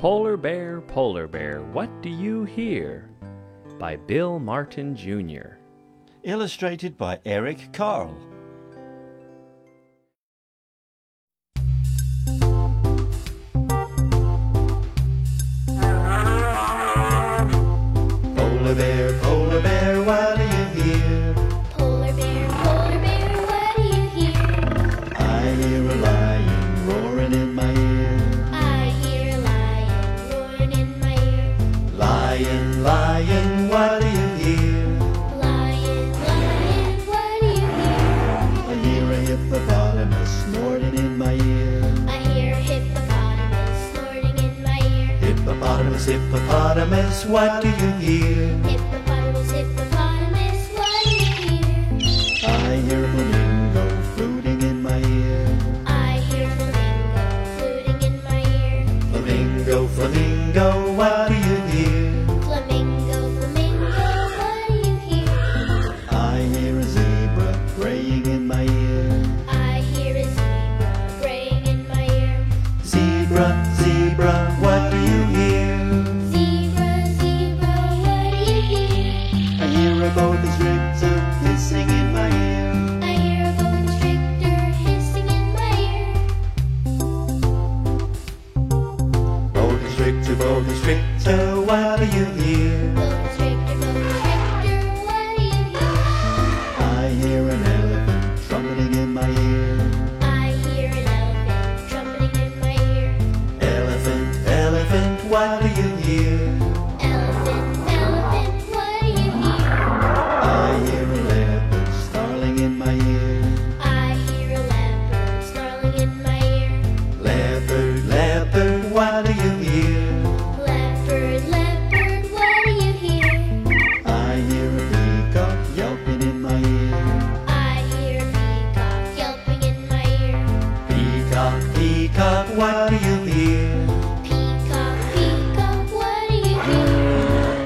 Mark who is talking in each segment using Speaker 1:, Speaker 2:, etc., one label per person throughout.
Speaker 1: Polar Bear, Polar Bear, What Do You Hear? by Bill Martin Jr.
Speaker 2: Illustrated by Eric Carl. Polar bear, polar bear, why do you hear?
Speaker 3: Polar bear, polar bear, what do you hear?
Speaker 2: I hear a lion roaring in my ear.
Speaker 3: I hear a lion roaring in my ear.
Speaker 2: Lion, lion, why do you hear?
Speaker 3: Lion, lion, what do you hear?
Speaker 2: I hear a hippopotamus snorting in my ear.
Speaker 3: I hear a hippopotamus snorting in my ear.
Speaker 2: Hippopotamus, hippopotamus, what do you hear?
Speaker 3: Hippopotamus, hippopotamus, what do you hear?
Speaker 2: I hear a flamingo fluting in my ear.
Speaker 3: I hear a flamingo fluting in my ear.
Speaker 2: Flamingo, flamingo, what do you hear?
Speaker 3: Flamingo, flamingo, what do you hear?
Speaker 2: I hear a zebra braying in my ear.
Speaker 3: I hear a zebra braying in my ear.
Speaker 2: Zebra, zebra, what do you hear?
Speaker 3: Zebra, zebra, what do you hear?
Speaker 2: I hear a boa constrictor hissing in my ear.
Speaker 3: I hear a boa constrictor hissing in my ear.
Speaker 2: Boa constrictor, boa constrictor, what do you hear?
Speaker 3: Boa constrictor, boa constrictor, what do you hear?
Speaker 2: I hear an elephant trumpeting in my ear.
Speaker 3: I hear an elephant trumpeting in my ear.
Speaker 2: Elephant, elephant, what do you hear?
Speaker 3: Elephant, elephant, what do you hear?
Speaker 2: I hear a leopard snarling in my ear.
Speaker 3: I hear a leopard snarling in my ear.
Speaker 2: Leopard, leopard, what do you hear?
Speaker 3: Leopard, leopard, what do you hear?
Speaker 2: I hear a peacock yelping in my ear.
Speaker 3: I hear a peacock yelping in my ear.
Speaker 2: Peacock, peacock, what do you hear?
Speaker 3: Peacock, peacock, what do you hear?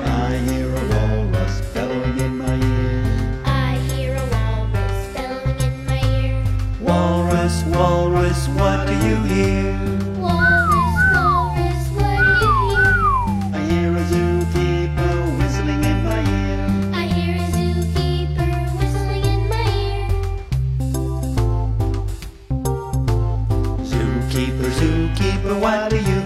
Speaker 2: I hear a walrus bellowing in my ear.
Speaker 3: I hear a walrus bellowing in my ear.
Speaker 2: Walrus, walrus, what do you hear?
Speaker 3: Walrus, walrus, what do you hear?
Speaker 2: I hear a zookeeper whistling in my ear.
Speaker 3: I hear a zookeeper whistling in my ear.
Speaker 2: Zookeeper, zookeeper, what do you